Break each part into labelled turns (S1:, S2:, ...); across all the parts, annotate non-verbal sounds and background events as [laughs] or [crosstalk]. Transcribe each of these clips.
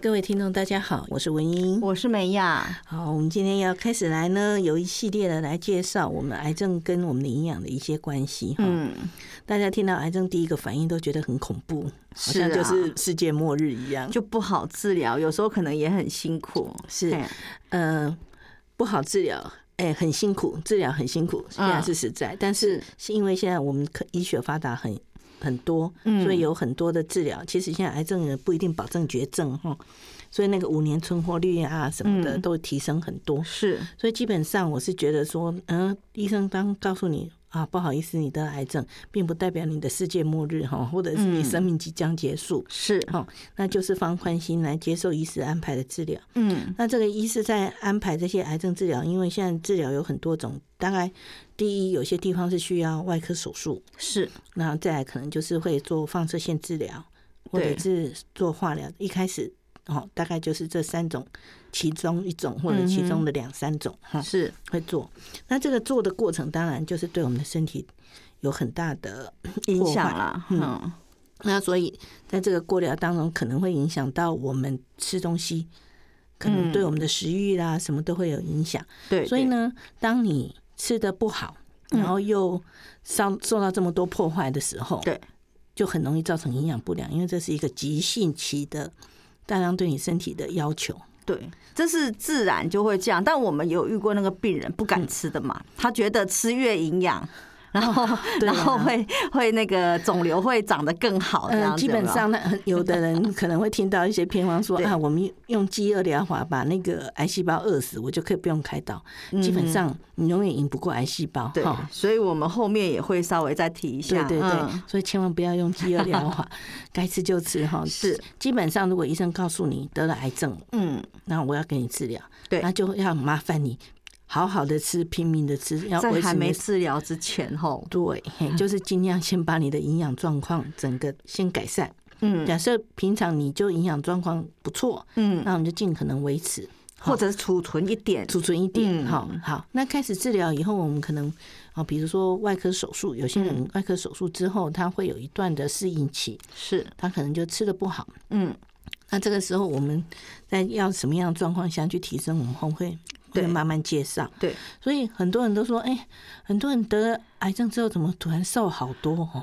S1: 各位听众大家好，我是文英。
S2: 我是美雅。
S1: 好，我们今天要开始来呢，有一系列的来介绍我们癌症跟我们的营养的一些关系哈。
S2: 嗯，
S1: 大家听到癌症第一个反应都觉得很恐怖，好
S2: 是
S1: 像
S2: 啊
S1: 就是世界末日一样。
S2: 就不好治疗，有时候可能也很辛苦。
S1: 是
S2: 嘿
S1: 呃，不好治疗，哎、很辛苦，治疗很辛苦，虽然
S2: 嗯
S1: 是实在，但是是因为现在我们科医学发达很。很多，
S2: 嗯
S1: 所以有很多的治疗。其实现在癌症也不一定保证绝症哈，所以那个五年存活率啊什么的
S2: 嗯
S1: 都提升很多。
S2: 是，
S1: 所以基本上我是觉得说，嗯、医生刚告诉你啊，不好意思，你得癌症，并不代表你的世界末日哈，或者是你
S2: 嗯
S1: 生命即将结束。
S2: 是，
S1: 好、那就是放宽心来接受医师安排的治疗。
S2: 嗯
S1: 那这个医师在安排这些癌症治疗，因为现在治疗有很多种，大概第一有些地方是需要外科手术，
S2: 是，
S1: 那再来可能就是会做放射线治疗，或
S2: 对
S1: 者是做化疗。一开始哦，大概就是这三种其中一种或者
S2: 嗯
S1: 其中的两三种哈、
S2: 是，
S1: 会做。那这个做的过程，当然就是对我们的身体有很大的
S2: 影
S1: 破坏
S2: 响啦。嗯，
S1: 那所以在这个过疗当中，可能会影响到我们吃东西，可能对我们的食欲啦，什么都会有影响。
S2: 嗯对，
S1: 所以
S2: 对，嗯
S1: 呢，当你吃的不好，然后又受受到这么多破坏的时候，
S2: 对，
S1: 就很容易造成营养不良，因为这是一个急性期的大量对你身体的要求。
S2: 对，这是自然就会这样。但我们有遇过那个病人不
S1: 嗯
S2: 敢吃的嘛，他觉得吃越营养。然后，
S1: 哦对啊
S2: 然后会会那个肿瘤会长得更好，这样
S1: 嗯，
S2: 子
S1: 基本
S2: 有没有
S1: 上呢，很 [laughs] 有的人可能会听到一些偏方说
S2: [laughs] 对
S1: 啊，我们用饥饿疗法把那个癌细胞饿死，我就可以不用开刀。基本上你永远赢不过癌细胞。
S2: 嗯对
S1: 哈，
S2: 所以我们后面也会稍微再提一
S1: 对
S2: 下。
S1: 对对，
S2: 嗯
S1: 所以千万不要用饥饿疗
S2: [laughs]
S1: 法，该吃就吃哈。
S2: 是，
S1: 基本上如果医生告诉你得了癌症，
S2: 嗯，
S1: 那我要给你治疗，
S2: 对
S1: 那就要麻烦你好好的吃，拼命的吃，要
S2: 在
S1: 维持
S2: 还
S1: 你
S2: 没嗯
S1: 的
S2: 治疗之前，吼，
S1: 对，嘿就是尽量先把你的营养状况整个先改善。
S2: 嗯
S1: 假设平常你就营养状况不错，
S2: 嗯，
S1: 那我们就尽可能维持，
S2: 或者是储存一点，
S1: 储存一点。
S2: 嗯
S1: 好、好，那开始治疗以后，我们可能啊，比如说外科手术，有些
S2: 嗯
S1: 人外科手术之后，他会有一段的适应期，
S2: 是，
S1: 他可能就吃的不好。
S2: 嗯，
S1: 那这个时候，我们在要什么样的状况下去提升，我们后会
S2: 对
S1: 会慢慢介绍。
S2: 对，
S1: 所以很多人都说，哎、很多人得了癌症之后，怎么突然瘦好多？哦，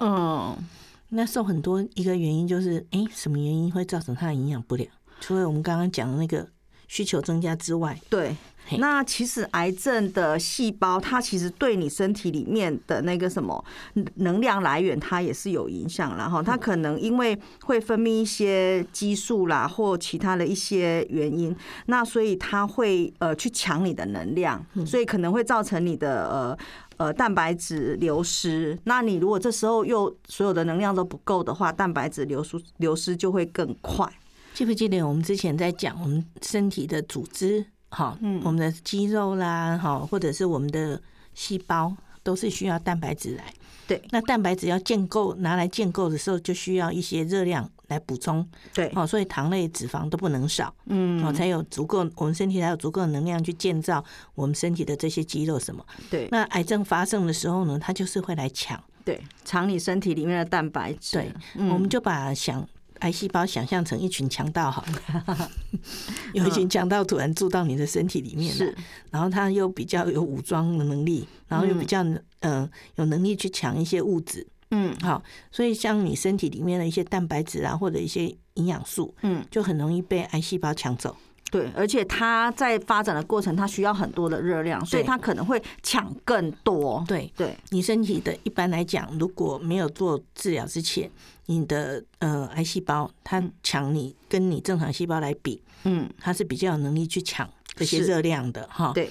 S2: 嗯，
S1: 那瘦很多一个原因就是，哎、什么原因会造成他的营养不良？除了我们刚刚讲的那个需求增加之外，
S2: 对
S1: 嘿。
S2: 那其实癌症的细胞，它其实对你身体里面的那个什么能能量来源，它也是有影响啦。然后
S1: 嗯
S2: 它可能因为会分泌一些激素啦，或其他的一些原因，那所以它会呃去抢你的能量，
S1: 嗯
S2: 所以可能会造成你的呃。呃，蛋白质流失，那你如果这时候又所有的能量都不够的话，蛋白质流失流失就会更快。
S1: 记不记得我们之前在讲我们身体的组织，哈，
S2: 嗯
S1: 我们的肌肉啦，哈，或者是我们的细胞，都是需要蛋白质来。
S2: 对
S1: 那蛋白质要建构，拿来建构的时候，就需要一些热量来补充，
S2: 对，
S1: 哦，所以糖类、脂肪都不能少，
S2: 嗯，
S1: 哦，才有足够，我们身体才有足够的能量去建造我们身体的这些肌肉什么。
S2: 对
S1: 那癌症发生的时候呢，它就是会来抢，
S2: 对，藏你身体里面的蛋白质。嗯
S1: 对，我们就把想癌细胞想象成一群强盗好了，
S2: [laughs]
S1: 有一群强盗突然住到你的身体里面了
S2: 嗯是，
S1: 然后他又比较有武装的能力，然后又比较嗯、呃有能力去抢一些物质，
S2: 嗯
S1: 好，所以像你身体里面的一些蛋白质啊，或者一些营养素，
S2: 嗯，
S1: 就很容易被癌细胞抢走。
S2: 对，而且它在发展的过程，它需要很多的热量，所以
S1: 对
S2: 它可能会抢更多。
S1: 对
S2: 对，
S1: 你身体的一般来讲，如果没有做治疗之前，你的呃癌细胞它抢你跟你正常细胞来比，
S2: 嗯，
S1: 它是比较有能力去抢这些
S2: 是
S1: 热量的哈。
S2: 对，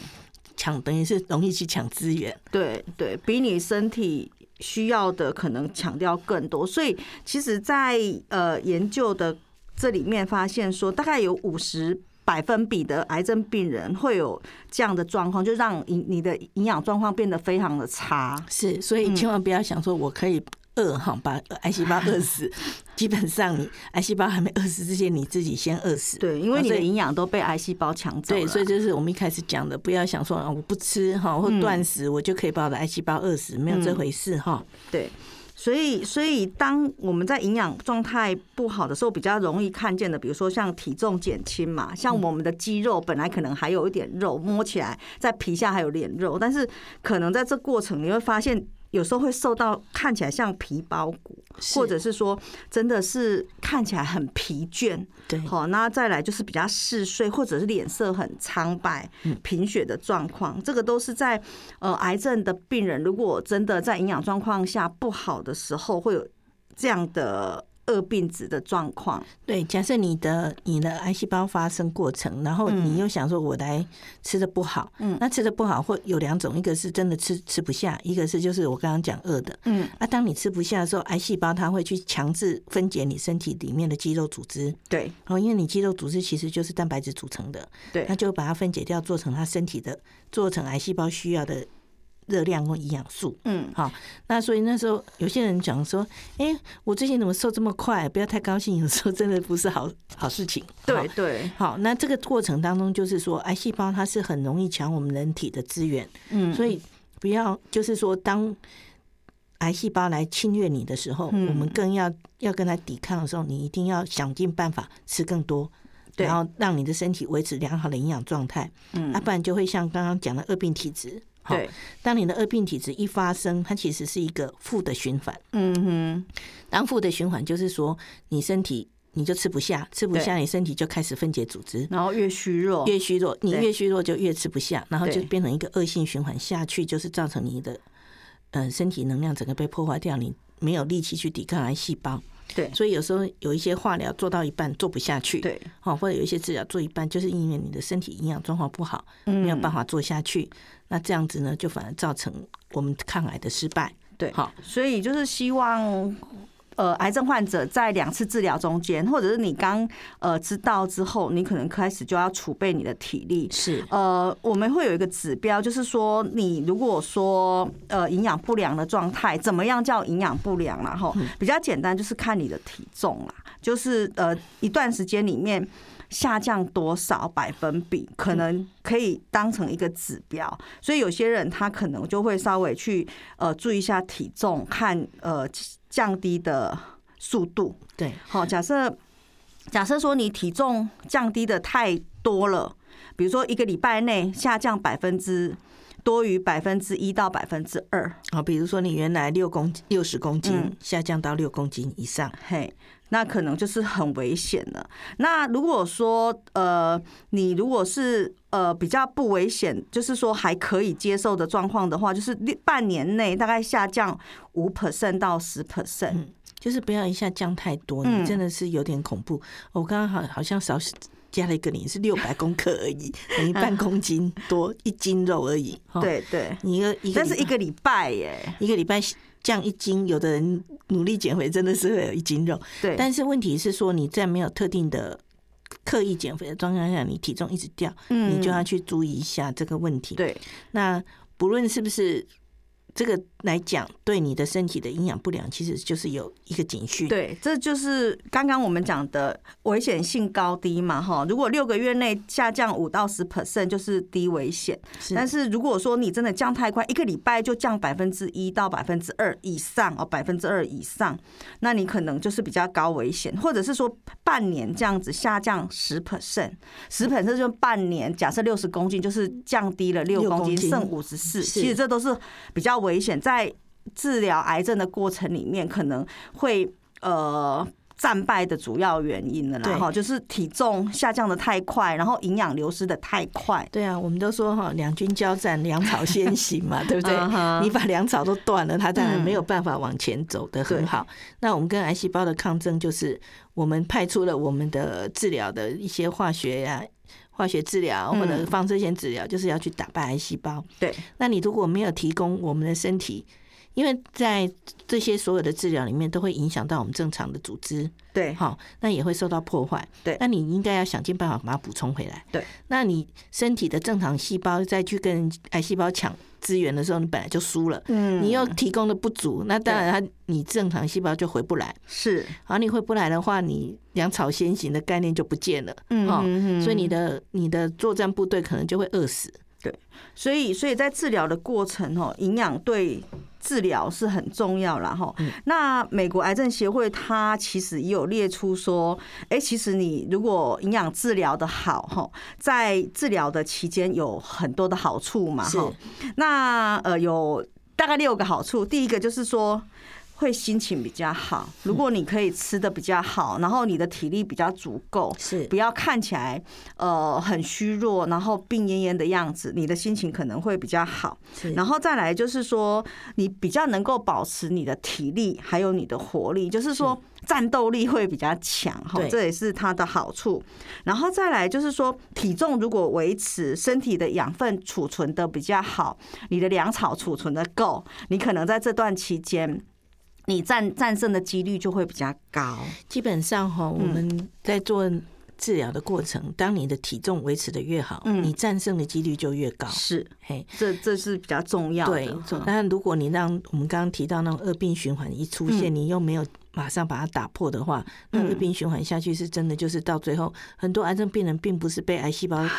S1: 抢，等于是容易去抢资源。
S2: 对对，比你身体需要的可能强调更多，所以其实在，呃研究的这里面发现说，大概有五十百分比的癌症病人会有这样的状况，就让营你的营养状况变得非常的差。
S1: 是，所
S2: 嗯
S1: 以千万不要想说我可以饿哈，把癌细胞饿
S2: [laughs]
S1: 死。基本上你癌细胞还没饿死之前，你自己先饿死。
S2: 对，因为你
S1: 所
S2: 的
S1: 以
S2: 营养都被癌细胞抢走了。
S1: 对，所以就是我们一开始讲的，不要想说啊，我不吃哈，
S2: 嗯
S1: 或断食，我就可以把我的癌细胞饿死，没有这回事哈。
S2: 对，所以所以当我们在营养状态不好的时候，比较容易看见的，比如说像体重减轻嘛，像我们的肌肉本来可能还有一点肉，摸起来在皮下还有点肉，但是可能在这过程你会发现。有时候会瘦到看起来像皮包骨，
S1: 是
S2: 或者是说真的是看起来很疲倦，
S1: 对，
S2: 好，那再来就是比较嗜睡，或者是脸色很苍白、
S1: 嗯
S2: 贫血的状况，这个都是在呃癌症的病人，如果真的在营养状况下不好的时候，会有这样的恶病子的状况。
S1: 对，假设你的你的癌细胞发生过程，然后你又想说我来吃的不好，
S2: 嗯
S1: 那吃的不好或有两种，一个是真的吃吃不下，一个是就是我刚刚讲饿的。
S2: 嗯，
S1: 啊，当你吃不下的时候，癌细胞它会去强制分解你身体里面的肌肉组织，
S2: 对
S1: 哦，因为你肌肉组织其实就是蛋白质组成的，
S2: 对
S1: 它，就把它分解掉，做成它身体的，做成癌细胞需要的热量或营养素。
S2: 嗯，
S1: 好，那所以那时候有些人讲说，哎、我最近怎么瘦这么快？不要太高兴，有时候真的不是好好事情。
S2: 对
S1: 好。
S2: 对，
S1: 好，那这个过程当中，就是说，癌细胞它是很容易抢我们人体的资源，
S2: 嗯，
S1: 所以不要就是说，当癌细胞来侵略你的时候，
S2: 嗯
S1: 我们更要要跟它抵抗的时候，你一定要想尽办法吃更多，
S2: 对
S1: 然后让你的身体维持良好的营养状态，
S2: 嗯
S1: 啊，不然就会像刚刚讲的恶病体质。好
S2: 对，
S1: 当你的恶病体质一发生，它其实是一个负的循环。
S2: 嗯哼，
S1: 当负的循环就是说，你身体你就吃不下，吃不下，你身体就开始分解组织，
S2: 然后越虚弱，
S1: 越虚弱，你
S2: 对
S1: 越虚弱就越吃不下，然后就
S2: 对
S1: 变成一个恶性循环下去，就是造成你的呃身体能量整个被破坏掉，你没有力气去抵抗癌细胞。
S2: 对
S1: 所以有时候有一些化疗做到一半做不下去，，
S2: 对，
S1: 哦，或者有一些治疗做一半，就是因为你的身体营养状况不好，没
S2: 嗯
S1: 有办法做下去，那这样子呢，就反而造成我们抗癌的失败。
S2: 对
S1: 好，
S2: 所以就是希望。呃，癌症患者在两次治疗中间，或者是你刚呃知道之后，你可能开始就要储备你的体力，
S1: 是
S2: 呃，我们会有一个指标，就是说，你如果说呃营养不良的状态，怎么样叫营养不良啦？哈，比较简单，就是看你的体重啦，就是呃一段时间里面下降多少百分比，可能可以当成一个指标。所以有些人他可能就会稍微去呃注意一下体重，看呃降低的速度。
S1: 对，
S2: 好，假设假设说你体重降低的太多了，比如说一个礼拜内下降百分之多于百分之一到百分之二，
S1: 好，哦比如说你原来六公六十公斤、
S2: 嗯
S1: 下降到六公斤以上，
S2: 嘿，那可能就是很危险了。那如果说呃，你如果是呃比较不危险，就是说还可以接受的状况的话，就是六半年内大概下降五 percent 到十
S1: 嗯
S2: percent，
S1: 就是不要一下降太多，
S2: 嗯
S1: 你真的是有点恐怖。哦我刚刚好好像少加了一个零，是六百公克而已， [laughs] 等于半公斤多一斤肉而 [laughs] 已。哈，
S2: 对对。
S1: 你一个一个礼拜，
S2: 但是一个礼拜耶，
S1: 哦一个礼拜降一斤，有的人努力减肥真的是会有一斤肉，
S2: 对，
S1: 但是问题是说你在没有特定的刻意减肥的状况下，你体重一直掉，
S2: 嗯
S1: 你就要去注意一下这个问题。
S2: 对
S1: 那不论是不是这个来讲，对你的身体的营养不良，其实就是有一个警讯。，
S2: 对，这就是刚刚我们讲的危险性高低嘛，哈。如果六个月内下降五到十 percent 就是低危险，
S1: 是
S2: 但是如果说你真的降太快，一个礼拜就降百分之一到百分之二以上哦，百分之二以上，那你可能就是比较高危险，或者是说半年这样子下降十 percent，十 percent 就半年，假设六十公斤就是降低了六
S1: 6
S2: 公
S1: 公
S2: 斤，
S1: 斤
S2: 剩五十四，
S1: 是
S2: 其实这都是比较危险，在治疗癌症的过程里面，可能会呃。战败的主要原因了啦，
S1: 对
S2: 哈，就是体重下降的太快，然后营养流失的太快，
S1: 对啊，我们都说哈，两军交战，粮草先行嘛，对不对
S2: 嗯哼
S1: 你把粮草都断了，它当然没有办法往前走得很好。那我们跟癌细胞的抗争，就是我们派出了我们的治疗的一些化学呀、啊化学治疗或者放射线治疗，就是要去打败癌细胞。
S2: 对，
S1: 那你如果没有提供我们的身体，因为在这些所有的治疗里面都会影响到我们正常的组织，
S2: 对，
S1: 好，那也会受到破坏。
S2: 对
S1: 那你应该要想尽办法把它补充回来。
S2: 对，
S1: 那你身体的正常细胞再去跟癌细胞抢资源的时候，你本来就输了，
S2: 嗯
S1: 你又提供的不足，那当然它你正常细胞就回不来。
S2: 是，
S1: 好，你回不来的话，你粮草先行的概念就不见了。
S2: 嗯
S1: 哦
S2: 哼哼
S1: 所以你的你的作战部队可能就会饿死。
S2: 所以，所以在治疗的过程哦，营养对治疗是很重要啦哈。那美国癌症协会它其实也有列出说，哎、其实你如果营养治疗的好哈，在治疗的期间有很多的好处嘛
S1: 是
S2: 哈。那呃，有大概六个好处，第一个就是说。会心情比较好，如果你可以吃的比较好，然后你的体力比较足够，
S1: 是
S2: 不要看起来呃很虚弱，然后病恹恹的样子，你的心情可能会比较好。然后再来就是说，你比较能够保持你的体力，还有你的活力，就是说战斗力会比较强哈
S1: 对，
S2: 这也是它的好处。然后再来就是说，体重如果维持身体的养分储存的比较好，你的粮草储存的够，你可能在这段期间。你战战胜的几率就会比较高，
S1: 基本上哈，
S2: 嗯
S1: 我们在做治疗的过程，当你的体重维持的越好，
S2: 嗯
S1: 你战胜的几率就越高。
S2: 是
S1: 嘿，
S2: 这这是比较重要的。
S1: 对
S2: 嗯。
S1: 但如果你让我们刚刚提到那种恶病循环一出
S2: 嗯
S1: 现，你又没有马上把它打破的话，那恶病循环下去是真的，就是到最后，很多癌症病人并不是被癌细胞
S2: [laughs]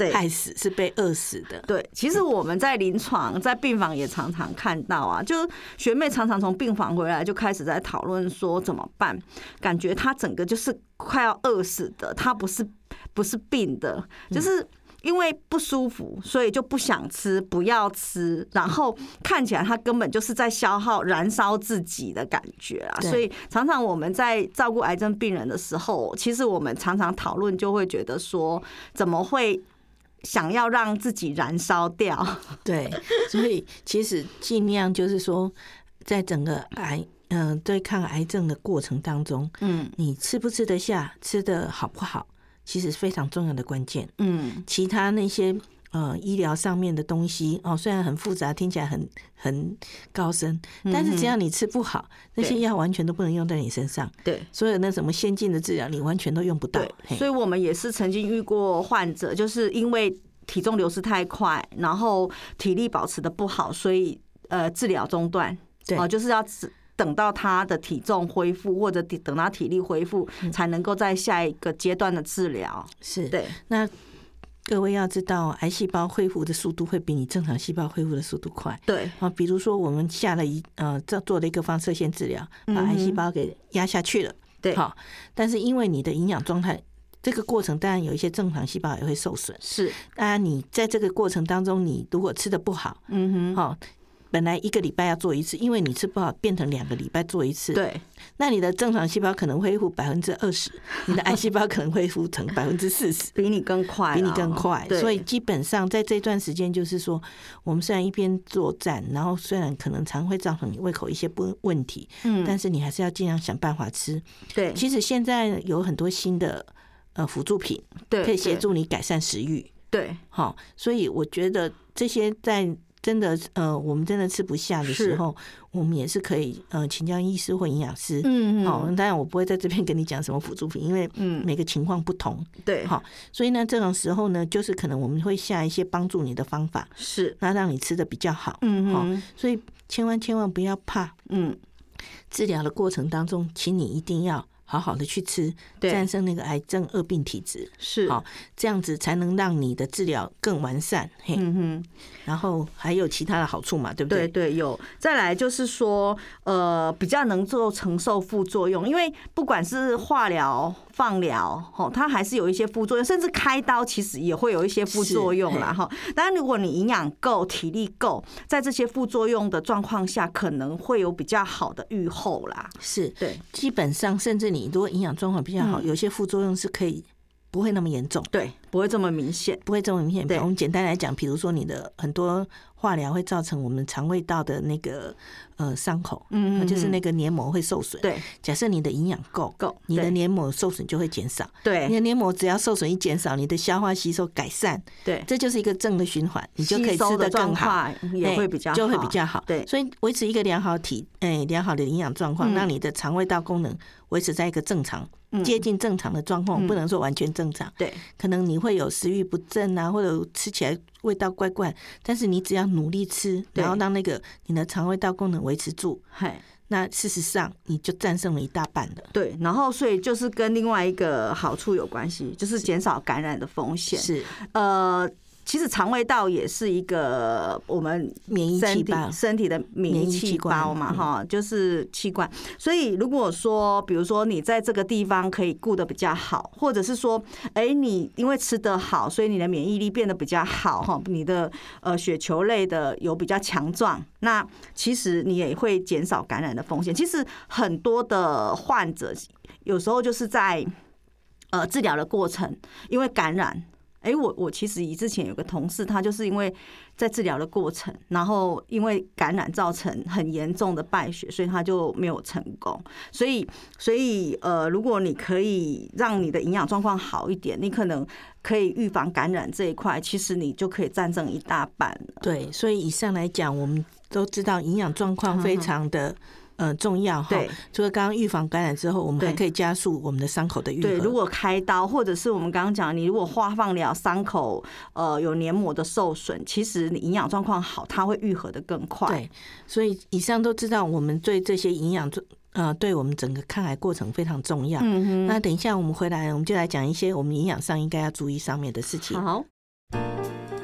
S2: 对
S1: 害死，是被饿死的。
S2: 哎对，其实我们在临床、在病房也常常看到啊，就学妹常常从病房回来就开始在讨论说怎么办，感觉她整个就是快要饿死的，她不是不是病的，就是。因为不舒服，所以就不想吃，不要吃，然后看起来她根本就是在消耗、燃烧自己的感觉啊。
S1: 对
S2: 所以常常我们在照顾癌症病人的时候，其实我们常常讨论就会觉得说，怎么会想要让自己燃烧掉。
S1: 对，所以其实尽量就是说，在整个癌嗯、对抗癌症的过程当中，
S2: 嗯
S1: 你吃不吃得下，吃的好不好，其实是非常重要的关键。
S2: [laughs] 嗯，
S1: 其他那些呃医疗上面的东西哦，虽然很复杂，听起来很很高深，但是只要你吃不好，那些
S2: 嗯对
S1: 药完全都不能用在你身上。
S2: 对。
S1: 所有那什么先进的治疗，你完全都用不到
S2: 对。，
S1: 嘿
S2: 所以我们也是曾经遇过患者，就是因为体重流失太快，然后体力保持的不好，所以呃治疗中断，
S1: 对
S2: 哦、就是要只等到他的体重恢复或者体等他体力恢复，
S1: 嗯
S2: 才能够在下一个阶段的治疗。
S1: 是
S2: 对，
S1: 那各位要知道，癌细胞恢复的速度会比你正常细胞恢复的速度快。
S2: 对，
S1: 啊，比如说我们下了一呃，这做了一个放射线治疗，把
S2: 嗯哼
S1: 癌细胞给压下去了，
S2: 对
S1: 好，但是因为你的营养状态，这个过程当然有一些正常细胞也会受损。
S2: 是，
S1: 那你在这个过程当中，你如果吃的不好，
S2: 嗯哼，
S1: 好、本来一个礼拜要做一次，因为你吃不好，变成两个礼拜做一次。，
S2: 对，
S1: 那你的正常细胞可能恢复百分之二
S2: [laughs]
S1: 十，你的癌细胞可能恢复成百分之四十。
S2: 比你更快啦，哦
S1: 比你更快，
S2: 对
S1: 所以基本上在这段时间，就是说，我们虽然一边作战，然后虽然可能常会造成你胃口一些不问题，
S2: 嗯
S1: 但是你还是要尽量想办法吃。
S2: 对
S1: 其实现在有很多新的呃辅助品，
S2: 对
S1: 可以协
S2: 对
S1: 助你改善食欲，
S2: 对
S1: 哈。所以我觉得这些在真的呃，我们真的吃不下的时
S2: 是
S1: 候，我们也是可以呃请教医师或营养师。
S2: 嗯嗯
S1: 好，当然我不会在这边跟你讲什么辅助品，因为
S2: 嗯
S1: 每个情况不同。
S2: 对，
S1: 好，所以呢，这种时候呢，就是可能我们会下一些帮助你的方法，
S2: 是，
S1: 那让你吃的比较好。
S2: 嗯
S1: 好
S2: 哼，
S1: 所以千万千万不要怕，
S2: 嗯，
S1: 治疗的过程当中，请你一定要好好的去吃，
S2: 对
S1: 战胜那个癌症恶病体质。
S2: 是，
S1: 好，这样子才能让你的治疗更完善。嘿，
S2: 嗯哼。
S1: 然后还有其他的好处嘛，对不对？
S2: 对有。再来就是说，呃，比较能够承受副作用，因为不管是化疗、放疗，哦，它还是有一些副作用，甚至开刀其实也会有一些副作用啦，哈。当然，如果你营养够、体力够，在这些副作用的状况下，可能会有比较好的预后啦。
S1: 是，
S2: 对
S1: 基本上甚至你如果营养状况比较好，
S2: 嗯
S1: 有些副作用是可以不会那么严重。
S2: 对不会这么明显。
S1: 不会这么明显。
S2: 对
S1: 我们简单来讲，比如说你的很多化疗会造成我们肠胃道的那个呃伤口，
S2: 嗯嗯嗯
S1: 就是那个黏膜会受损。，
S2: 对
S1: 假设你的营养够
S2: 够
S1: 你的
S2: 对
S1: 黏膜受损就会减少。你
S2: 对
S1: 的黏膜只要受损一减少，你的消化吸收改善，
S2: 对，
S1: 这就是一个正的循环，你就可以
S2: 吸收
S1: 吃得
S2: 的
S1: 更
S2: 状
S1: 好。
S2: 况也
S1: 哎
S2: 会比较好，
S1: 就会比较好。
S2: 对
S1: 所以维持一个良好体，哎、良好的营养状况，
S2: 嗯
S1: 让你的肠胃道功能维持在一个正常、
S2: 嗯
S1: 接近正常的状况，
S2: 嗯
S1: 不能说完全正常。
S2: 对
S1: 可能你会有食欲不振啊，或者吃起来味道怪怪，但是你只要努力吃，
S2: 对
S1: 然后让那个你的肠胃道功能维持住，
S2: 嘿。
S1: 那事实上你就战胜了一大半了。
S2: 对，然后所以就是跟另外一个好处有关系，就是减少感染的风险。
S1: 是
S2: 呃，其实肠胃道也是一个我们
S1: 免疫
S2: 身
S1: 细
S2: 体
S1: 胞，
S2: 身体的免
S1: 免
S2: 疫
S1: 疫
S2: 细
S1: 器官
S2: 胞嘛，
S1: 嗯
S2: 哈、就是器官。所以如果说，比如说你在这个地方可以顾得比较好，或者是说，哎、你因为吃得好，所以你的免疫力变得比较好，哈，你的呃血球类的有比较强壮，那其实你也会减少感染的风险。其实很多的患者有时候就是在呃治疗的过程，因为感染。哎、我我其实以之前有个同事，他就是因为在治疗的过程，然后因为感染造成很严重的败血，所以他就没有成功。所以，所以呃，如果你可以让你的营养状况好一点，你可能可以预防感染这一块，其实你就可以战胜一大半了。
S1: 对，所以以上来讲，我们都知道营养状况非常的。呃，重要哈
S2: 嗯对。
S1: 除了刚刚预防感染之后，我们还
S2: 对
S1: 可以加速我们的伤口的愈合。
S2: 对，如果开刀或者是我们刚刚讲，你如果化放疗伤口，呃，有黏膜的受损，其实你营养状况好，它会愈合的更快。
S1: 对，所以以上都知道，我们对这些营养，呃，对我们整个抗癌过程非常重要。
S2: 嗯
S1: 那等一下我们回来，我们就来讲一些我们营养上应该要注意上面的事情。
S2: 哼，好。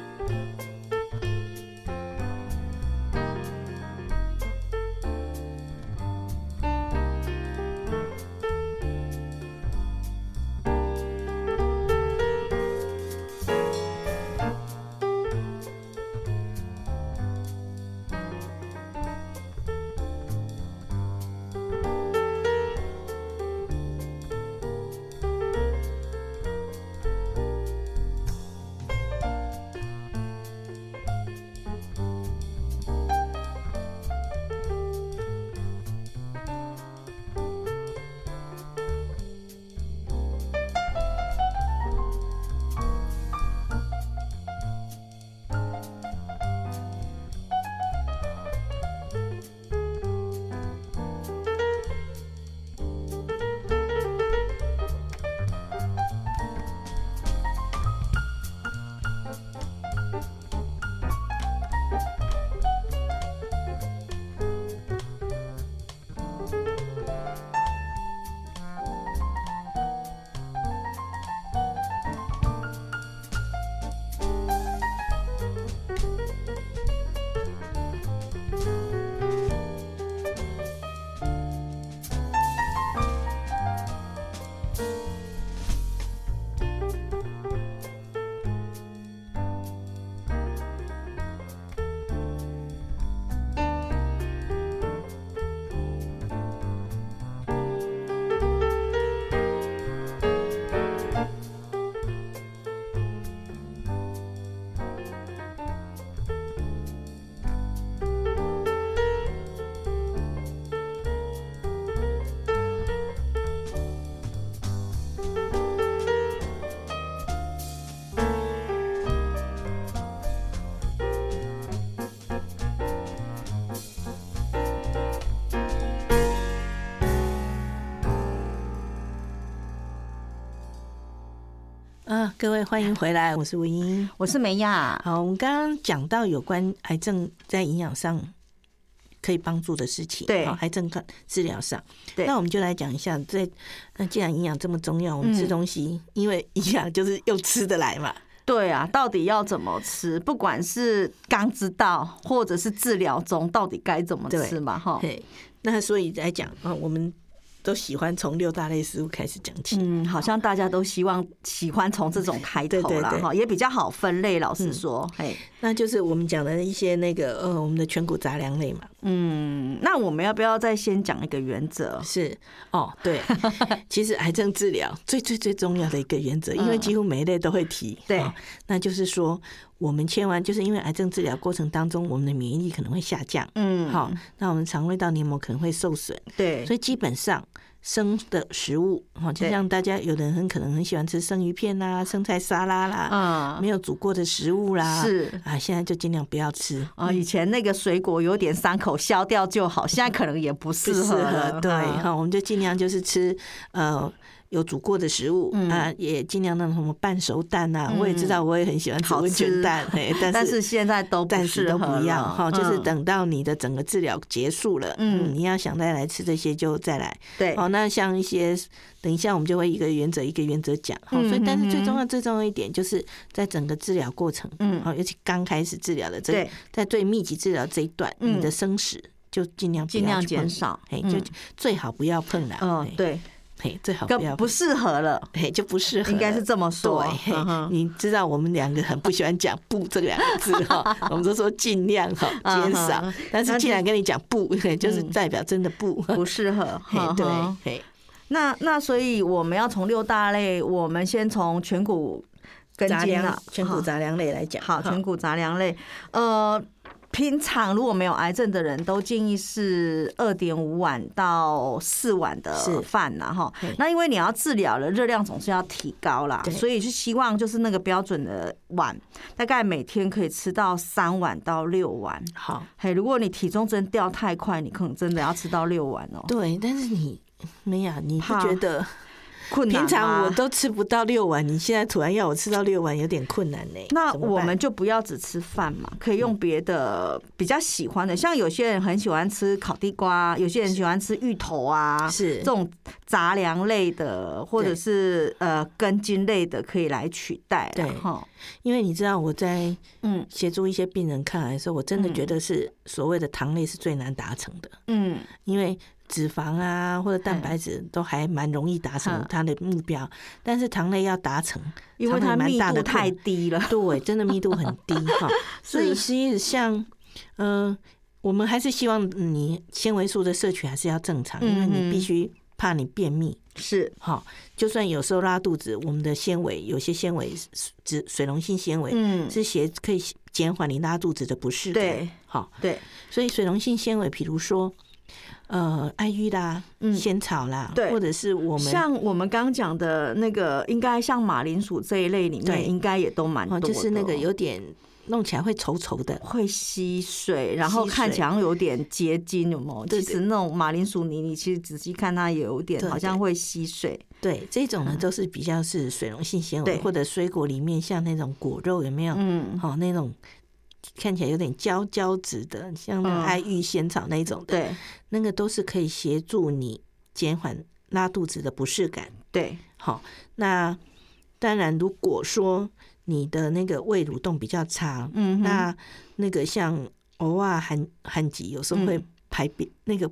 S1: 啊，各位欢迎回来，我是文
S2: [laughs]
S1: 英。
S2: 我是梅亚，
S1: 好，我们刚刚讲到有关癌症在营养上可以帮助的事情，
S2: 对
S1: 好癌症看治疗上，
S2: 对
S1: 那我们就来讲一下，在那既然营养这么重要，我们吃
S2: 嗯
S1: 东西，因为营养就是又吃得来嘛，
S2: 对啊，到底要怎么吃？不管是刚知道，或者是治疗中，到底该怎么吃嘛？哈，
S1: 对，那所以来讲啊，我们都喜欢从六大类食物开始讲起。
S2: 嗯，好像大家都希望喜欢从这种开头
S1: 对对
S2: 啦，
S1: 对嗯
S2: 哈，也比较好分类。老实说，哎，
S1: 那就是我们讲的一些那个呃，我们的全谷杂粮类嘛，
S2: 嗯，那我们要不要再先讲一个原则？
S1: 是哦，
S2: [laughs]
S1: 对，其实癌症治疗最最最重要的一个原则，因为几乎每一类都会提，
S2: 嗯对
S1: 哦那就是说我们千万就是因为癌症治疗过程当中，我们的免疫力可能会下降，
S2: 嗯
S1: 好、那我们肠胃道黏膜可能会受损，
S2: 对，
S1: 所以基本上生的食物，哈，就
S2: 对
S1: 像大家有的人很可能很喜欢吃生鱼片啦、生菜沙拉啦，
S2: 嗯，
S1: 没有煮过的食物啦，
S2: 是
S1: 啊，现在就尽量不要吃，
S2: 啊，以前那个水果有点伤口消掉就好，现在可能也不
S1: 不
S2: 适
S1: 适
S2: 合
S1: 合
S2: 了，
S1: 对
S2: 嗯
S1: 哈，我们就尽量就是吃呃有煮过的食物、
S2: 嗯
S1: 啊，也尽量那种什么半熟蛋啊，我也知道我也很喜欢吃
S2: 好
S1: 温泉
S2: 吃
S1: 蛋，嘿，
S2: 但是现在都
S1: 暂
S2: 不
S1: 时
S2: 适
S1: 都
S2: 合
S1: 不要
S2: 了
S1: 哈，就是
S2: 嗯
S1: 等到你的整个治疗结束了，
S2: 嗯
S1: 嗯，你要想再来吃这些就再来。
S2: 对，
S1: 哦，那像一些，等一下我们就会一个原则一个原则讲。好，所以
S2: 嗯
S1: 但是最
S2: 哼
S1: 重要最重要一点就是在整个治疗过程，
S2: 嗯
S1: 好，尤其刚开始治疗的这
S2: 对，
S1: 在最密集治疗这一段，
S2: 嗯
S1: 你的生食就尽量不
S2: 尽
S1: 要
S2: 量
S1: 去碰
S2: 减，少，
S1: 嘿，
S2: 嗯
S1: 就最好不要碰啦。
S2: 嗯
S1: 嘿，，
S2: 对，
S1: 嘿，最好不要
S2: 更
S1: 碰
S2: 不，适合了，
S1: 嘿，就不适合了，
S2: 应该是这么说
S1: 对，，嘿
S2: 嗯哼
S1: [laughs] 你知道我们两个很不喜欢讲“不”这两个字哈，
S2: [laughs]
S1: 我们都说尽量哈
S2: 嗯
S1: 减少
S2: 哼，
S1: 但是
S2: 那
S1: 既
S2: 就嗯
S1: 然跟你讲“不”，嘿就是代表真的不。
S2: 不适合，
S1: 嘿，
S2: 嗯
S1: 对
S2: 哼，
S1: 嘿，
S2: 那那所以我们要从六大类，我们先从全谷根
S1: 杂
S2: 茎
S1: 粮
S2: 了，，
S1: 全谷杂粮类来讲，
S2: 好，好全
S1: 哈
S2: 谷杂粮类，呃。平常如果没有癌症的人，都建议是二点五碗到四碗的
S1: 是
S2: 饭呐，哈
S1: 对。
S2: 那因为你要治疗了，热量总是要提高啦，
S1: 对
S2: 所以是希望就是那个标准的碗，大概每天可以吃到三碗到六碗。
S1: 好，
S2: 嘿，如果你体重真掉太快，你可能真的要吃到六碗哦、
S1: 对，但是你。没有，你不
S2: 怕
S1: 觉得
S2: 困难
S1: 平常
S2: 吗
S1: 我都吃不到六碗，你现在突然要我吃到六碗，有点困难呢。
S2: 那
S1: 怎么
S2: 我
S1: 办
S2: 们就不要只吃饭嘛，可以用别的比较喜欢的，像有些人很喜欢吃烤地瓜，有些人喜欢吃芋头啊，
S1: 是
S2: 这种杂粮类的，或者
S1: 对
S2: 是呃根茎类的可以来取代啦
S1: 对
S2: 哈，
S1: 因为你知道我在
S2: 嗯
S1: 协助一些病人看癌的时候，我真的觉得是所谓的糖类是最难达成的。
S2: 嗯，
S1: 因为脂肪啊或者蛋白质都还蛮容易达成
S2: 嗯
S1: 它的目标，但是糖类要达成，
S2: 因为
S1: 常
S2: 它
S1: 常蛮
S2: 密
S1: 大
S2: 度
S1: 的
S2: 太
S1: 困难
S2: 低
S1: [laughs]
S2: 了，
S1: 对，真的密度很低
S2: [laughs]
S1: 哈，所以
S2: 是
S1: 其实像嗯、呃我们还是希望你纤维素的摄取还是要正常，因为
S2: 嗯嗯嗯
S1: 你必须怕你便秘。
S2: 是
S1: 哈，就算有时候拉肚子，我们的纤维有些纤维是脂水溶性纤维、
S2: 嗯
S1: 是协可以减缓你拉肚子的不适的。
S2: 对，
S1: 好，
S2: 对
S1: 所以水溶性纤维，比如说呃爱玉啦、
S2: 嗯
S1: 仙草啦，
S2: 对
S1: 或者是我们哦
S2: 像我们刚刚讲的那个，应该像马铃薯这一类里
S1: 对
S2: 面，应该也都蛮多
S1: 哦，
S2: 的
S1: 就是那个
S2: 哦
S1: 有点弄起来会稠稠的，
S2: 会吸水，然后
S1: 吸
S2: 看起
S1: 水
S2: 来好像有点结晶，有没有？
S1: 对
S2: 其实那种马铃薯泥，你其实仔细看它也有点
S1: 对
S2: 好像
S1: 对
S2: 会吸水。
S1: 对，这种呢都是比较是水溶性纤维，
S2: 嗯对
S1: 或者水果里面像那种果肉有没有？
S2: 嗯，
S1: 哦，那种看起来有点胶胶质的，像那个
S2: 嗯
S1: 爱玉仙草那一种的，
S2: 对
S1: 那个都是可以协助你减缓拉肚子的不适感。
S2: 对，
S1: 好，那当然，如果说你的那个胃蠕动比较差，
S2: 嗯哼
S1: 那那个像偶尔寒寒疾，有时候会
S2: 嗯
S1: 排便、那个，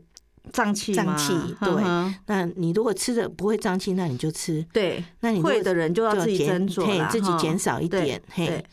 S2: 胀气
S1: 胀
S2: 嘛
S1: 气
S2: 呵
S1: 对
S2: 呵
S1: 那你如果吃的不会胀气，那你就吃，
S2: 对，
S1: 那你如果
S2: 会的人就要
S1: 就
S2: 自己
S1: 减
S2: 斟酌
S1: 嘿
S2: 啦，
S1: 自己
S2: 哈
S1: 减少一
S2: 对
S1: 点，嘿
S2: 对，，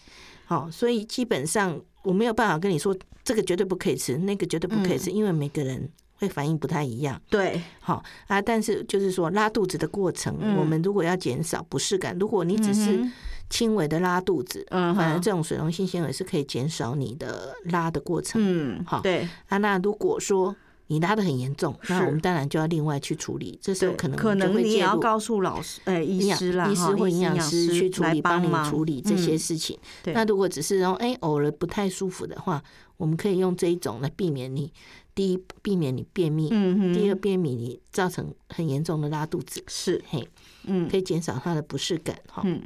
S1: 好，所以基本上我没有办法跟你说这个绝对不可以吃，那个绝对不可以
S2: 嗯
S1: 吃，因为每个人会反应不太一样。
S2: 对，
S1: 好啊，但是就是说拉肚子的过程，
S2: 嗯
S1: 我们如果要减少不适感，如果你只是
S2: 嗯哼
S1: 轻微的拉肚子，
S2: 嗯
S1: 反而
S2: 哼，
S1: 这种水溶性纤维是可以减少你的拉的过程。
S2: 嗯，
S1: 好
S2: 对，
S1: 啊，那如果说你拉的很严重，那
S2: 是
S1: 我们当然就要另外去处理，这时
S2: 对，
S1: 候可能
S2: 可
S1: 我们就
S2: 能
S1: 会
S2: 你
S1: 介
S2: 也要
S1: 入
S2: 告诉老师，呃，
S1: 营
S2: 医
S1: 养
S2: 师啦，
S1: 医
S2: 哈
S1: 师或营养师去处
S2: 来
S1: 理，帮
S2: 忙
S1: 你处理这些
S2: 嗯
S1: 事情。
S2: 对
S1: 那如果只是说，哎，偶尔不太舒服的话，我们可以用这一种来避免你，第一，避免你便秘；
S2: 嗯哼，
S1: 第二，避免你造成很严重的拉肚子。
S2: 是，
S1: 嘿，
S2: 嗯
S1: 可以减少它的不适感哈。
S2: 嗯，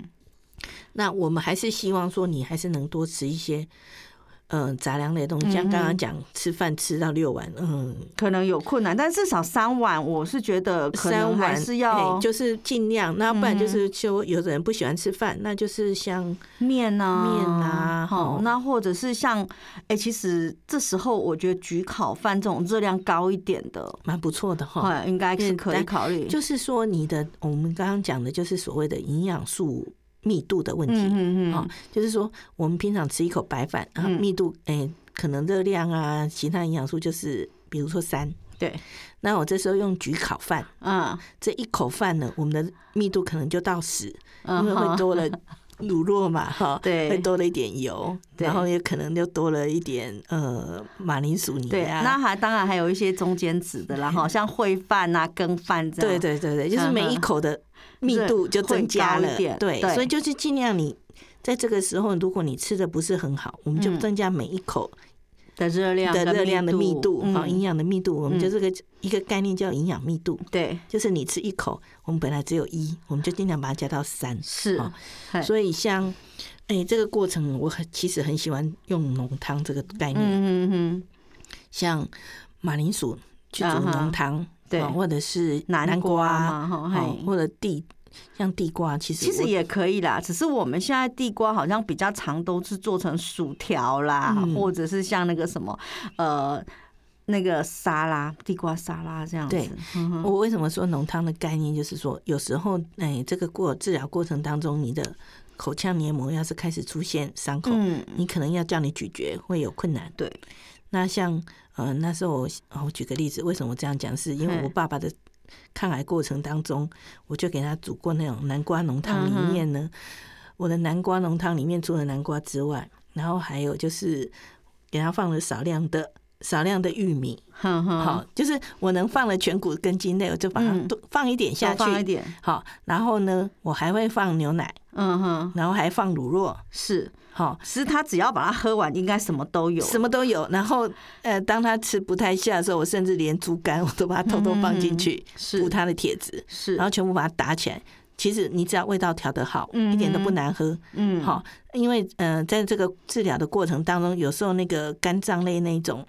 S1: 那我们还是希望说，你还是能多吃一些。嗯、杂粮类的东西，像刚刚讲吃饭吃到六碗，嗯，
S2: 可能有困难，但至少三碗，我是觉得可
S1: 三
S2: 能
S1: 碗
S2: 还是要
S1: 嘿就是嗯尽量，那不然就是就有的人不喜欢吃饭，那就是像
S2: 面啊，
S1: 面啊
S2: 好
S1: 吼，
S2: 那或者是像，哎、其实这时候我觉得焗烤饭这种热量高一点的，
S1: 蛮不错的哈。
S2: 哎、应该是
S1: 嗯
S2: 可以
S1: 但
S2: 考虑。
S1: 就是说你的我们刚刚讲的就是所谓的营养素密度的问题
S2: 嗯嗯
S1: 啊、
S2: 嗯，
S1: 就是说我们平常吃一口白饭，啊，
S2: 嗯
S1: 密度诶、可能热量啊，其他营养素就是比如说三。
S2: 对，
S1: 那我这时候用焗烤饭，
S2: 嗯，
S1: 这一口饭呢，我们的密度可能就到十，因
S2: 嗯
S1: 为会多了乳酪
S2: [laughs]
S1: 嘛，哈，
S2: 对
S1: 会多了一点油，
S2: 对
S1: 然后也可能就多了一点呃马铃薯泥
S2: 对，
S1: 啊，
S2: 那还当然还有一些中间值的
S1: [laughs]
S2: 啦，哈，像烩饭啊、羹饭这样。
S1: 对对对对，就是每一
S2: 嗯哼
S1: 口的密度就增加
S2: 会高
S1: 了
S2: 一，点
S1: 对，
S2: 对
S1: 所以就是尽量你在这个时候，如果你吃的不是很好，我们就
S2: 嗯
S1: 增加每一口
S2: 的热量
S1: 的
S2: 跟
S1: 热量的密度，
S2: 嗯
S1: 好营养的密度，我们
S2: 嗯
S1: 就这个一个概念叫营养密度，
S2: 对
S1: 就是你吃一口，我们本来只有一，我们就尽量把它加到三。
S2: 是
S1: 好，
S2: 嘿
S1: 所以像，哎、这个过程我很其实很喜欢用浓汤这个概念，
S2: 嗯嗯嗯，
S1: 像马铃薯去煮
S2: 啊哈
S1: 浓汤，
S2: 对
S1: 哦或者是
S2: 南瓜
S1: 瓜，
S2: 嘛，哈，
S1: 哦
S2: 嘿，
S1: 或者地，像地瓜，其实
S2: 其实
S1: 我
S2: 也可以啦，只是我们现在地瓜好像比较常都是做成薯条啦，
S1: 嗯
S2: 或者是像那个什么呃那个沙拉，地瓜沙拉这样子。
S1: 对
S2: 嗯哼
S1: 我为什么说浓汤的概念，就是说有时候，哎，这个过治疗过程当中，你的口腔黏膜要是开始出现伤口，
S2: 嗯，
S1: 你可能要叫你咀嚼会有困难。
S2: 对，
S1: 那像呃那时候我哦我举个例子，为什么我这样讲？是因为
S2: 嗯
S1: 我爸爸的抗癌过程当中，我就给他煮过那种南瓜浓汤，
S2: 嗯哼
S1: 里面呢，我的南瓜浓汤里面除了南瓜之外，然后还有就是给他放了少量的少量的玉米，
S2: 哼哼，
S1: 好，就是我能放了全谷根茎类，我就把它
S2: 嗯
S1: 多放一点
S2: 下
S1: 下去。
S2: 放一点，
S1: 好，然后呢，我还会放牛奶，
S2: 嗯哼，
S1: 然后还放乳酪，
S2: 是，
S1: 好，
S2: 其实他只要把它喝完，应该什么都有。
S1: 什么都有。然后，呃，当他吃不太下的时候，我甚至连猪肝我都把它偷偷放进去，
S2: 嗯是
S1: 补它的铁质，
S2: 是，
S1: 然后全部把它打起来。其实你只要味道调得好，
S2: 嗯
S1: 一点都不难喝。
S2: 嗯，
S1: 好，因为呃，在这个治疗的过程当中，有时候那个肝脏类那一种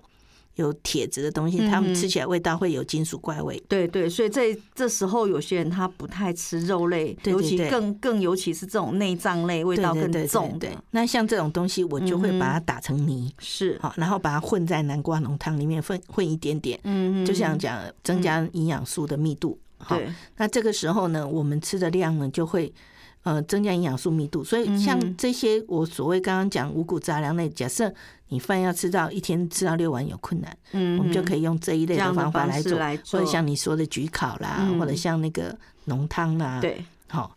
S1: 有铁质的东西，他们
S2: 嗯哼
S1: 吃起来味道会有金属怪味。
S2: 对对，所以这这时候有些人他不太吃肉类，
S1: 对
S2: 尤
S1: 对
S2: 其
S1: 对
S2: 更更尤其是这种内脏类，味
S1: 对
S2: 道
S1: 对
S2: 更
S1: 对对
S2: 重
S1: 对
S2: 的，嗯
S1: 那像这种东西，我就会把它打成泥，
S2: 是，
S1: 好、然后把它混在南瓜浓汤里面混混一点点，
S2: 嗯，
S1: 就像
S2: 样，
S1: 讲增加营养素的密度。好
S2: 对，
S1: 那这个时候呢，我们吃的量呢就会。呃，增加营养素密度，所以像
S2: 嗯哼
S1: 这些我所谓刚刚讲五谷杂粮类，假设你饭要吃到一天吃到六碗有困难，
S2: 嗯，
S1: 我们就可以用这一类
S2: 这样的
S1: 方法
S2: 方
S1: 来
S2: 式
S1: 做，
S2: 来
S1: 或者
S2: 做
S1: 像你说的焗烤啦，
S2: 嗯
S1: 或者像那个浓汤啦，，
S2: 对，
S1: 好、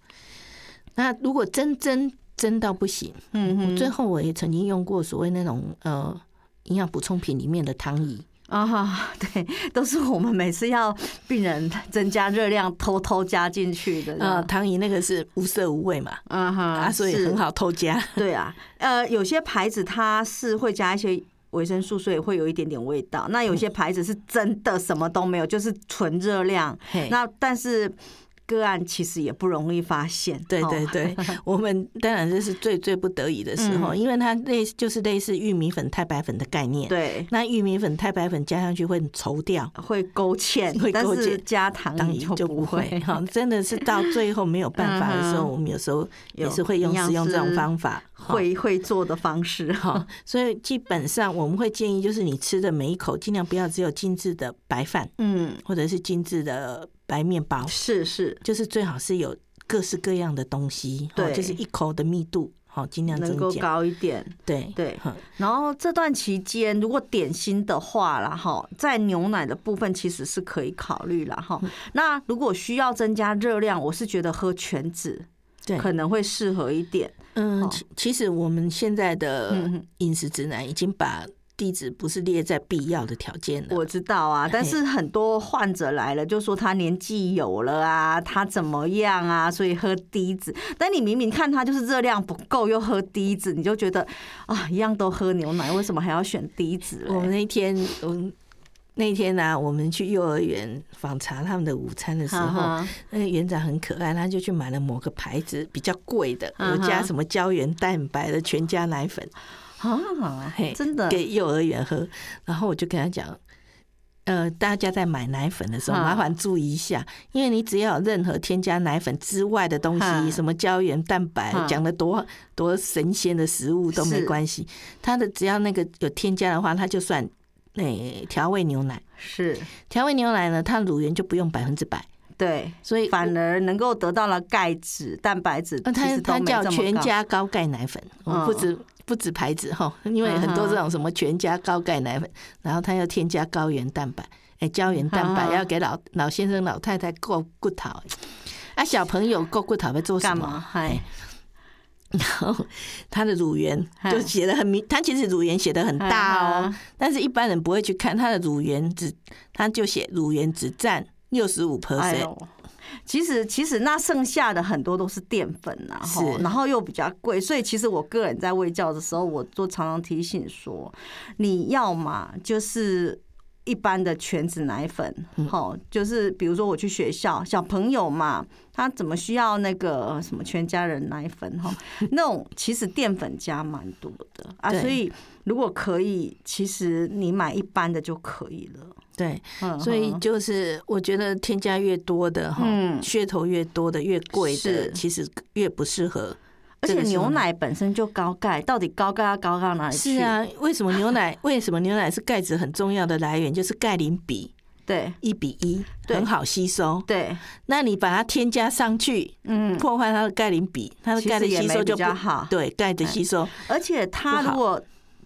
S1: 那如果真真真到不行，
S2: 嗯
S1: 我
S2: 哼，
S1: 最后我也曾经用过所谓那种呃营养补充品里面的汤饮，
S2: 啊哈， [laughs] 对，都是我们每次要病人增加热量，偷偷加进去的。
S1: 呃，
S2: 啊
S1: 汤饮那个是无色无味嘛，
S2: 啊哈，
S1: 啊，所以
S2: 是
S1: 很。好偷加。 [laughs]
S2: 对啊，呃，有些牌子它是会加一些维生素，所以会有一点点味道。那有些牌子是真的什么都没有，就是纯热量。
S1: 嘿
S2: 那但是个案其实也不容易发现。
S1: 对
S2: 哦
S1: 对，
S2: [laughs]
S1: 对，我们当然这是最最不得已的时候，
S2: 嗯
S1: 因为它类就是类似玉米粉、太白粉的概念。，
S2: 对。
S1: 那玉米粉、太白粉加上去会稠掉，
S2: 会勾芡，
S1: 会
S2: 但
S1: 勾
S2: 是
S1: 芡
S2: 加糖
S1: 当
S2: 你
S1: 然就
S2: 嗯不
S1: 不会。哈，真的是到最后没有办法的时候，
S2: 嗯哼
S1: 我们有时候也
S2: 有
S1: 是会用
S2: 营养
S1: 使用这种
S2: 师
S1: 方法。哈
S2: 会会做的方式。
S1: 好，所以基本上我们会建议，就是你吃的每一口，尽量不要只有精致的白饭
S2: 嗯，
S1: 或者是精致的白面包，
S2: 是是，
S1: 就是最好是有各式各样的东西，哦
S2: 对
S1: 就是一口的密度，好，尽量
S2: 能
S1: 增
S2: 够
S1: 加，
S2: 高一点。
S1: 对
S2: 对
S1: 好
S2: 然后这段期间，如果点心的话啦，哈，在牛奶的部分其实是可以考虑啦，哈。
S1: 嗯
S2: 那如果需要增加热量，我是觉得喝全脂
S1: 对，
S2: 可能会适合一点。
S1: 嗯
S2: 好，
S1: 其其实我们现在的
S2: 嗯哼
S1: 饮食指南已经把地址不是列在必要的条件了，
S2: 我知道啊，但是很多患者来了就说他年纪有了啊，他怎么样啊，所以喝低脂。但你明明看他就是热量不够，又喝低脂，你就觉得啊，一样都喝牛奶，为什么还要选低脂嘞？
S1: 我们那天，嗯，那天呢、我们去幼儿园访查他们的午餐的时候，
S2: 哈哈
S1: 那个园长很可爱，他就去买了某个牌子比较贵的，
S2: 嗯
S1: 有
S2: 哼
S1: 加什么胶原蛋白的全家奶粉，
S2: 啊
S1: 嘿，
S2: 真的
S1: 给幼儿园喝。然后我就跟他讲，呃，大家在买奶粉的时候，
S2: 嗯
S1: 麻烦注意一下，因为你只要有任何添加奶粉之外的东西，
S2: 嗯
S1: 什么胶原蛋白
S2: 嗯，
S1: 讲的多多神仙的食物都没
S2: 是
S1: 关系，它的只要那个有添加的话，它就算诶调味牛奶。
S2: 是
S1: 调味牛奶呢，它乳源就不用百分之百，
S2: 对。
S1: 所以
S2: 反而能够得到了钙质、蛋白质，
S1: 呃，
S2: 其
S1: 它
S2: 实都
S1: 它
S2: 没
S1: 叫
S2: 这么
S1: 全
S2: 高
S1: 家高钙奶粉，我们不
S2: 嗯
S1: 止不止牌子哈，因为很多这种什么全家高钙奶粉，然后它要添加高原蛋白，哎，胶原蛋白
S2: 啊
S1: 要给老老先生老太太够骨头，啊，小朋友够骨头要做什
S2: 干
S1: 么
S2: 嘛？？嗨，
S1: 然后他的乳源
S2: 嗨
S1: 就写的很明，他其实乳源写的很大
S2: 嗯
S1: 哦
S2: 哼，
S1: 但是一般人不会去看他的乳源只，他就写乳源只占六十五
S2: 哎
S1: percent，
S2: 呦，其实其实那剩下的很多都是淀粉呐、啊，
S1: 是
S2: 吼然后又比较贵，所以其实我个人在喂教的时候，我就常常提醒说，你要嘛就是。一般的全脂奶粉，
S1: 嗯
S2: 好、就是比如说我去学校，小朋友嘛，他怎么需要那个什么全家人奶粉
S1: [laughs]
S2: 哈？吼那种其实淀粉加蛮多的啊，
S1: 对
S2: 所以如果可以，其实你买一般的就可以了。
S1: 对，
S2: 嗯
S1: 所以就是我觉得添加越多的哈，
S2: 嗯
S1: 噱头越多的越贵的
S2: 是，
S1: 其实越不适合。
S2: 而
S1: 这
S2: 且
S1: 个是
S2: 牛
S1: 吗
S2: 奶本身就高钙，到底高钙要高到哪里去？
S1: 是，啊，为什么牛 [laughs] 奶？为什么牛奶是钙质很重要的来源？就是钙磷比
S2: 对
S1: 一比一，
S2: 对
S1: 很好吸收。
S2: 对，
S1: 那你把它添加上去，
S2: 嗯，
S1: 破坏它的钙磷比，嗯它的
S2: 其
S1: 钙的
S2: 实也
S1: 吸
S2: 没
S1: 收
S2: 比
S1: 就不
S2: 较好。
S1: 对钙的吸收，
S2: 而且它
S1: 不好
S2: 如果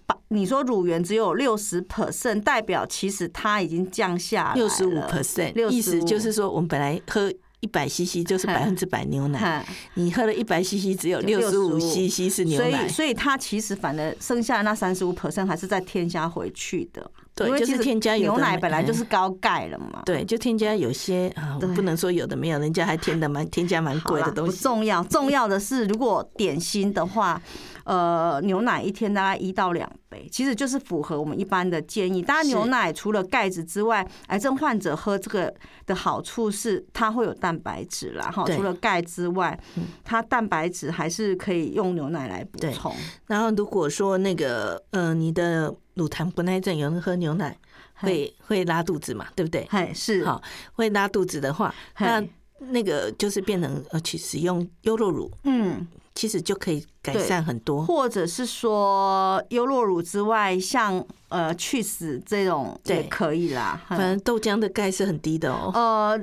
S2: 把你说乳源只有六十 percent，代表其实它已经降下来
S1: 六十五
S2: 了
S1: percent，
S2: 65
S1: 意思就是说，我们本来喝一百 CC [laughs] 就是百分之百牛奶，
S2: 嗨
S1: 你喝了一百 CC 只有
S2: 就
S1: 六十五
S2: 65
S1: CC 是牛
S2: 所
S1: 奶
S2: 以，，所以它其实反而剩下的那三十五 percent 还是再添加回去的，
S1: 对
S2: 因为
S1: 就
S2: 其
S1: 是
S2: 实
S1: 添加有
S2: 牛
S1: 的
S2: 奶
S1: 没
S2: 本来就
S1: 嗯
S2: 是高钙了嘛，
S1: 对，就添加有些啊，我
S2: 对
S1: 不能说有的没有，人家还添的蛮添加蛮
S2: 好
S1: 贵
S2: 啦
S1: 的东
S2: 不
S1: 西，
S2: 重要，重要的是如果点心的话，呃，牛奶一天大概一到两杯，其实就是符合我们一般的建议。当然，
S1: 是
S2: 牛奶除了钙质之外，癌症患者喝这个的好处是它会有蛋白质啦，哈，
S1: 对嗯
S2: 除了钙之外，它蛋白质还是可以用牛奶来补
S1: 对
S2: 充。
S1: 然后如果说那个呃，你的乳糖不耐症，有人喝牛奶会会拉肚子嘛，对不对？
S2: 嘿，是，
S1: 好，会拉肚子的话，
S2: 嘿
S1: 那那个就是变成呃，去使用优酪乳，
S2: 嗯，
S1: 其实就可以改
S2: 对
S1: 善很多。
S2: 或者是说优酪乳之外，像呃去死这种也
S1: 对
S2: 可以啦，
S1: 反
S2: 哼
S1: 正豆浆的钙是很低的哦，
S2: 呃，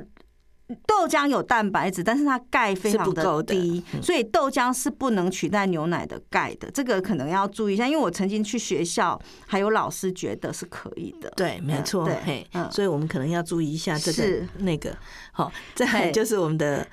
S2: 豆浆有蛋白质，但是它钙非
S1: 是
S2: 常
S1: 不够的
S2: 的
S1: 嗯
S2: 低，所以豆浆是不能取代牛奶的钙的。这个可能要注意一下，因为我曾经去学校，还有老师觉得是可以的。
S1: 对，没
S2: 嗯
S1: 错
S2: 对，
S1: 嘿，
S2: 嗯
S1: 所以我们可能要注意一下这个
S2: 是
S1: 那个。好，再来
S2: 嘿
S1: 就是我们的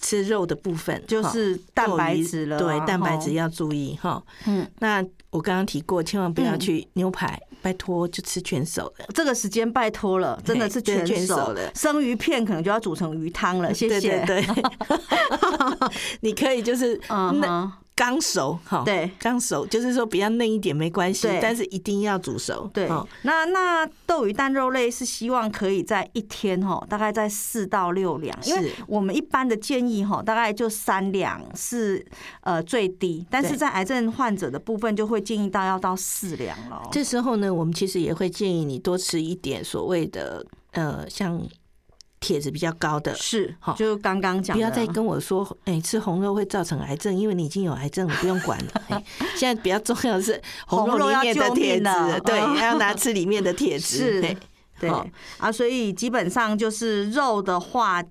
S1: 吃肉的部分，
S2: 就
S1: 哈
S2: 是蛋白质了啊、
S1: 肉类对，蛋白质
S2: 吼，
S1: 要注意哈。
S2: 嗯，
S1: 那我刚刚提过，千万不要
S2: 嗯
S1: 去牛排，拜托就吃全熟的。
S2: 这个时间拜托了，真的是
S1: 对
S2: 全
S1: 全熟
S2: 熟
S1: 了
S2: 生鱼片可能就要煮成鱼汤了，谢谢。
S1: 对对 [laughs]
S2: [laughs]
S1: 对，你可以就是
S2: 嗯
S1: 嫩
S2: 哼，
S1: 刚熟哈，
S2: 对
S1: 刚熟就是说比较嫩一点没关系
S2: 对，
S1: 但是一定要煮熟。
S2: 对
S1: 哈，
S2: 那那豆鱼蛋肉类是希望可以在一天哈，大概在四到六两，因为
S1: 是
S2: 我们一般的建议哈，大概就三两是呃最低，但是
S1: 对
S2: 在癌症患者的部分就会建议到要到四两了。
S1: 这时候呢，我们其实也会建议你多吃一点所谓的呃，像铁质比较高的。
S2: 是
S1: 好，
S2: 就是刚刚讲
S1: 不
S2: 的，
S1: 要再跟我说，哎、吃红肉会造成癌症，因为你已经有癌症，你不用管了。 [laughs] 哎现在比较重要的是红
S2: 红
S1: 肉
S2: 肉
S1: 里
S2: 要
S1: 面的
S2: 救
S1: 铁
S2: 命
S1: 质
S2: 了，
S1: 对，
S2: 嗯
S1: 还要拿吃里面的铁质。
S2: 是
S1: 哎
S2: 对
S1: 好
S2: 啊，所以基本上就是肉的话，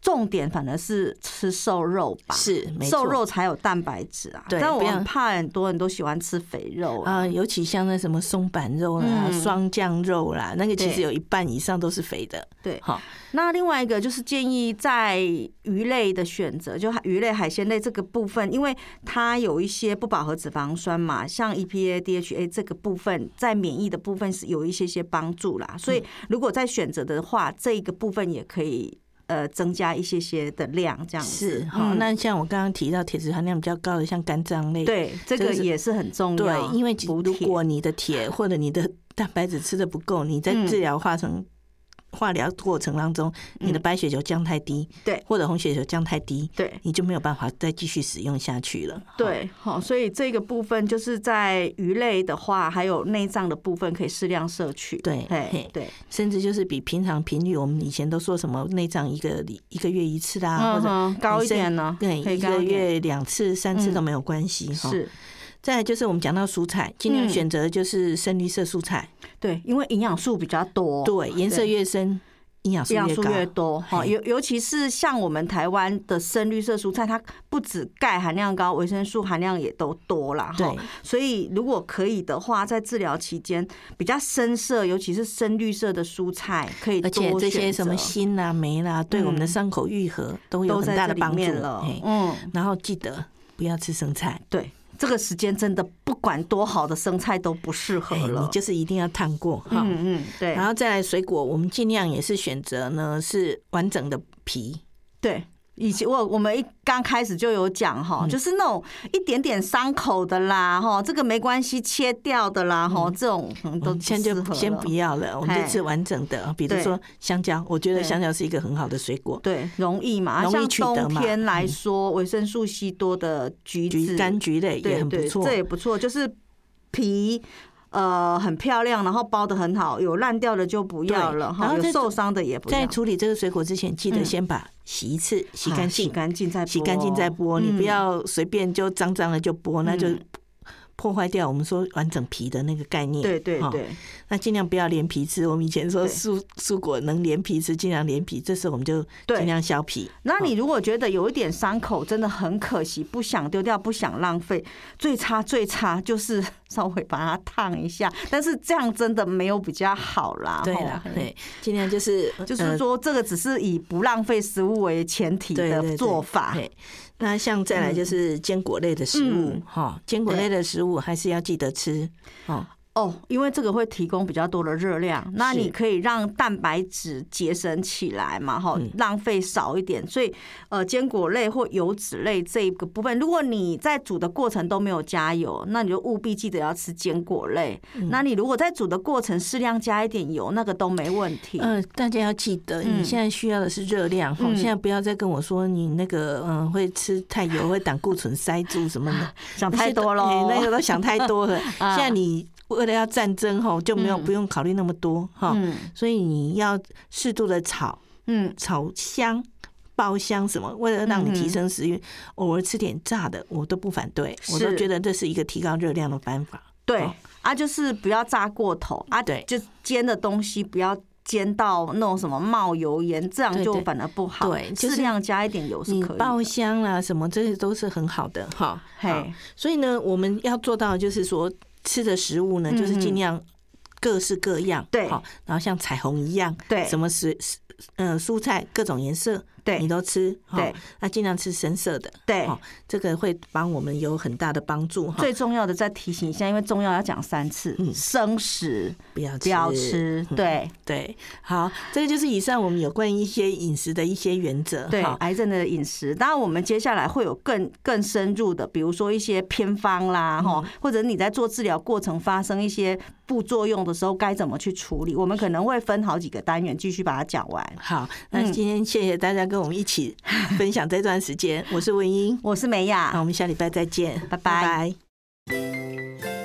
S2: 重点反而是吃瘦肉吧。
S1: 是没错。
S2: 瘦肉才有蛋白质啊，
S1: 对
S2: 但我
S1: 不要
S2: 很怕很多人都喜欢吃肥肉啊
S1: 啊、尤其像那什么松板肉啦、
S2: 嗯
S1: 双酱肉啦，那个其实
S2: 对
S1: 有一半以上都是肥的。
S2: 对
S1: 好，
S2: 那另外一个就是建议在鱼类的选择，就鱼类、海鲜类这个部分，因为它有一些不饱和脂肪酸嘛，像 E EPA、DHA 这个部分，在免疫的部分是有一些些帮
S1: 嗯
S2: 助啦。所以如果在选择的话，这个部分也可以呃增加一些些的量，这样子
S1: 是好、
S2: 嗯
S1: 那像我刚刚提到铁质含量比较高的，像肝脏类，
S2: 对这
S1: 这
S2: 个
S1: 个是
S2: 也是很重要，
S1: 对，因为
S2: 补
S1: 如
S2: 铁
S1: 果你的
S2: [laughs]
S1: 铁或者你的蛋白质吃的不够，你在
S2: 嗯
S1: 治疗化成、化疗过程当中，你的白血球降太低，
S2: 嗯对
S1: 或者红血球降太低，
S2: 对。
S1: 你就没有办法再继续使用下去了。
S2: 对，好，所以这个部分就是在鱼类的话，还有内脏的部分可以适量摄取。
S1: 对嘿
S2: 嘿对，
S1: 甚至就是比平常频率，我们以前都说什么内脏一个礼一个月一次啦，
S2: 嗯
S1: 啊或者
S2: 哼高一点呢，
S1: 对
S2: 可以
S1: 一
S2: 高
S1: 个
S2: 一点
S1: 月两次、三次
S2: 嗯
S1: 都没有关系哈。
S2: 是
S1: 再来就是我们讲到蔬菜，尽量
S2: 嗯
S1: 选择就是深绿色蔬菜，
S2: 哦对，因为营养素比较多，
S1: 对，颜色
S2: 对
S1: 越深营养素
S2: 营养
S1: 越
S2: 素
S1: 高，
S2: 越多哈，
S1: 嘿
S2: 尤尤其是像我们台湾的深绿色蔬菜，它不止钙含量高，维生素含量也都多啦哈
S1: 对。
S2: 所以如果可以的话，在治疗期间比较深色，尤其是深绿色的蔬菜，可以
S1: 而且
S2: 多
S1: 这些
S2: 选
S1: 什么
S2: 择
S1: 锌啦、镁啦，对我们的
S2: 嗯
S1: 伤口愈合都有
S2: 都
S1: 很
S2: 在
S1: 大
S2: 这
S1: 的
S2: 里
S1: 帮助
S2: 面了
S1: 嘿。
S2: 嗯，
S1: 然后记得不要吃生菜，
S2: 对，这个时间真的不管多好的生菜都不适合
S1: 嘿
S2: 了
S1: 你。就是一定要烫过哈。
S2: 嗯嗯，对
S1: 然后再来水果，我们尽量也是选择呢是完整的皮，
S2: 对。以前我我们一刚开始就有讲
S1: 嗯
S2: 哈，就是那种一点点伤口的啦哈，这个没关系，切掉的啦哈，这种可能
S1: 嗯我
S2: 都
S1: 们
S2: 不
S1: 现在
S2: 适合
S1: 就先
S2: 了
S1: 不要了，我们就吃完整的，比如
S2: 对
S1: 说香蕉，我觉得
S2: 对
S1: 香蕉是一个很好的水果，
S2: 对，容易嘛。啊
S1: 容易
S2: 像
S1: 取得
S2: 冬
S1: 嘛嗯
S2: 天来说，维生素 C 多的橘
S1: 橘
S2: 子、
S1: 柑橘类也
S2: 对
S1: 很不
S2: 对，
S1: 错
S2: 这。也不错，就是皮。呃，很漂亮，然后包的很好，有烂掉的就不要了
S1: 对
S2: 哈，
S1: 然后
S2: 有
S1: 在
S2: 受伤的也不要，
S1: 在处理这个水果之前，记得
S2: 嗯
S1: 先把洗一次，洗
S2: 啊
S1: 干
S2: 洗
S1: 净，
S2: 干净再
S1: 洗干净再剥，你不
S2: 嗯
S1: 要随便就脏脏的就剥，那就
S2: 嗯
S1: 破坏掉我们说完整皮的那个概念。
S2: 对对
S1: 哦
S2: 对
S1: 那尽量不要连皮吃。我们以前说
S2: 对
S1: 蔬蔬果能连皮吃，尽量连皮，这次我们就
S2: 对
S1: 尽量削皮。
S2: 那你如果觉得有一点伤口，真的很可惜，不想丢掉，不想浪费，最差最差就是稍微把它烫一下，但是这样真的没有比较好啦。
S1: 对
S2: 吼
S1: 啦，，对，尽量就是
S2: 就是呃说这个只是以不浪费食物为前提
S1: 对对
S2: 的
S1: 对
S2: 做法。
S1: 对，那像再来就是坚果类的食物
S2: 嗯
S1: 哈，坚果类的食物还是要记得吃哦。
S2: 哦，因为这个会提供比较多的热量，那你可以让蛋白质节省起来嘛，哈
S1: 嗯，
S2: 浪费少一点。所以，呃，坚果类或油脂类这一个部分，如果你在煮的过程都没有加油，那你就务必记得要吃坚果类。
S1: 嗯
S2: 那你如果在煮的过程适量加一点油，那个都没问题。
S1: 嗯、大家要记得，你
S2: 嗯
S1: 现在需要的是热量哈，
S2: 嗯
S1: 现在不要再跟我说你那个嗯会吃太
S2: [laughs]
S1: 油会胆固醇塞住什么的，
S2: 想啊太多喽
S1: 哎那个都想太多
S2: [laughs]
S1: 了。现
S2: 啊
S1: 在你为了要战争哈，就没有
S2: 嗯
S1: 不用考虑那么多哈，
S2: 嗯
S1: 所以你要适度的炒
S2: 嗯，
S1: 炒香。爆香什么？为了让你提升食欲，偶尔吃点炸的，我都不反对，我都
S2: 嗯是
S1: 觉得这是一个提高热量的方法。
S2: 对
S1: 哦
S2: 啊，就是不要炸过头啊，
S1: 对
S2: 就煎的东西不要。煎到那种什么冒油烟，这样
S1: 对
S2: 就
S1: 对
S2: 反而不好。
S1: 对就是
S2: 适量加一点油是
S1: 你
S2: 可以的。
S1: 爆香啦、什么，这些都是很好的哈。好
S2: 嘿，
S1: 所以呢，我们要做到的就是说，吃的食物呢，
S2: 嗯
S1: 就是尽量各式各样，
S2: 对
S1: 好，然后像彩虹一样，
S2: 对
S1: 什么食食呃蔬菜各种颜色，你
S2: 对
S1: 都吃，哈
S2: 对，
S1: 那尽量吃深色的，
S2: 对
S1: 好，这个会帮我们有很大的帮助哈。
S2: 最重要的再提醒一下，因为中药要讲三次
S1: 嗯，
S2: 生食
S1: 不要
S2: 不要吃，对
S1: 对，好，这个就是以上我们有关于一些饮食的一些原则，
S2: 对，
S1: 哈
S2: 癌症的饮食。当然，我们接下来会有更更深入的，比如说一些偏方啦，
S1: 嗯
S2: 哈，或者你在做治疗过程发生一些副作用的时候该怎么去处理，我们可能会分好几个单元继续把它讲完。
S1: 好，那
S2: 嗯
S1: 今天谢谢大家跟我们一起分享这段
S2: [laughs]
S1: 时间，我是文英，
S2: 我是美雅
S1: 那，我们下礼拜再见，
S2: 拜拜
S1: 拜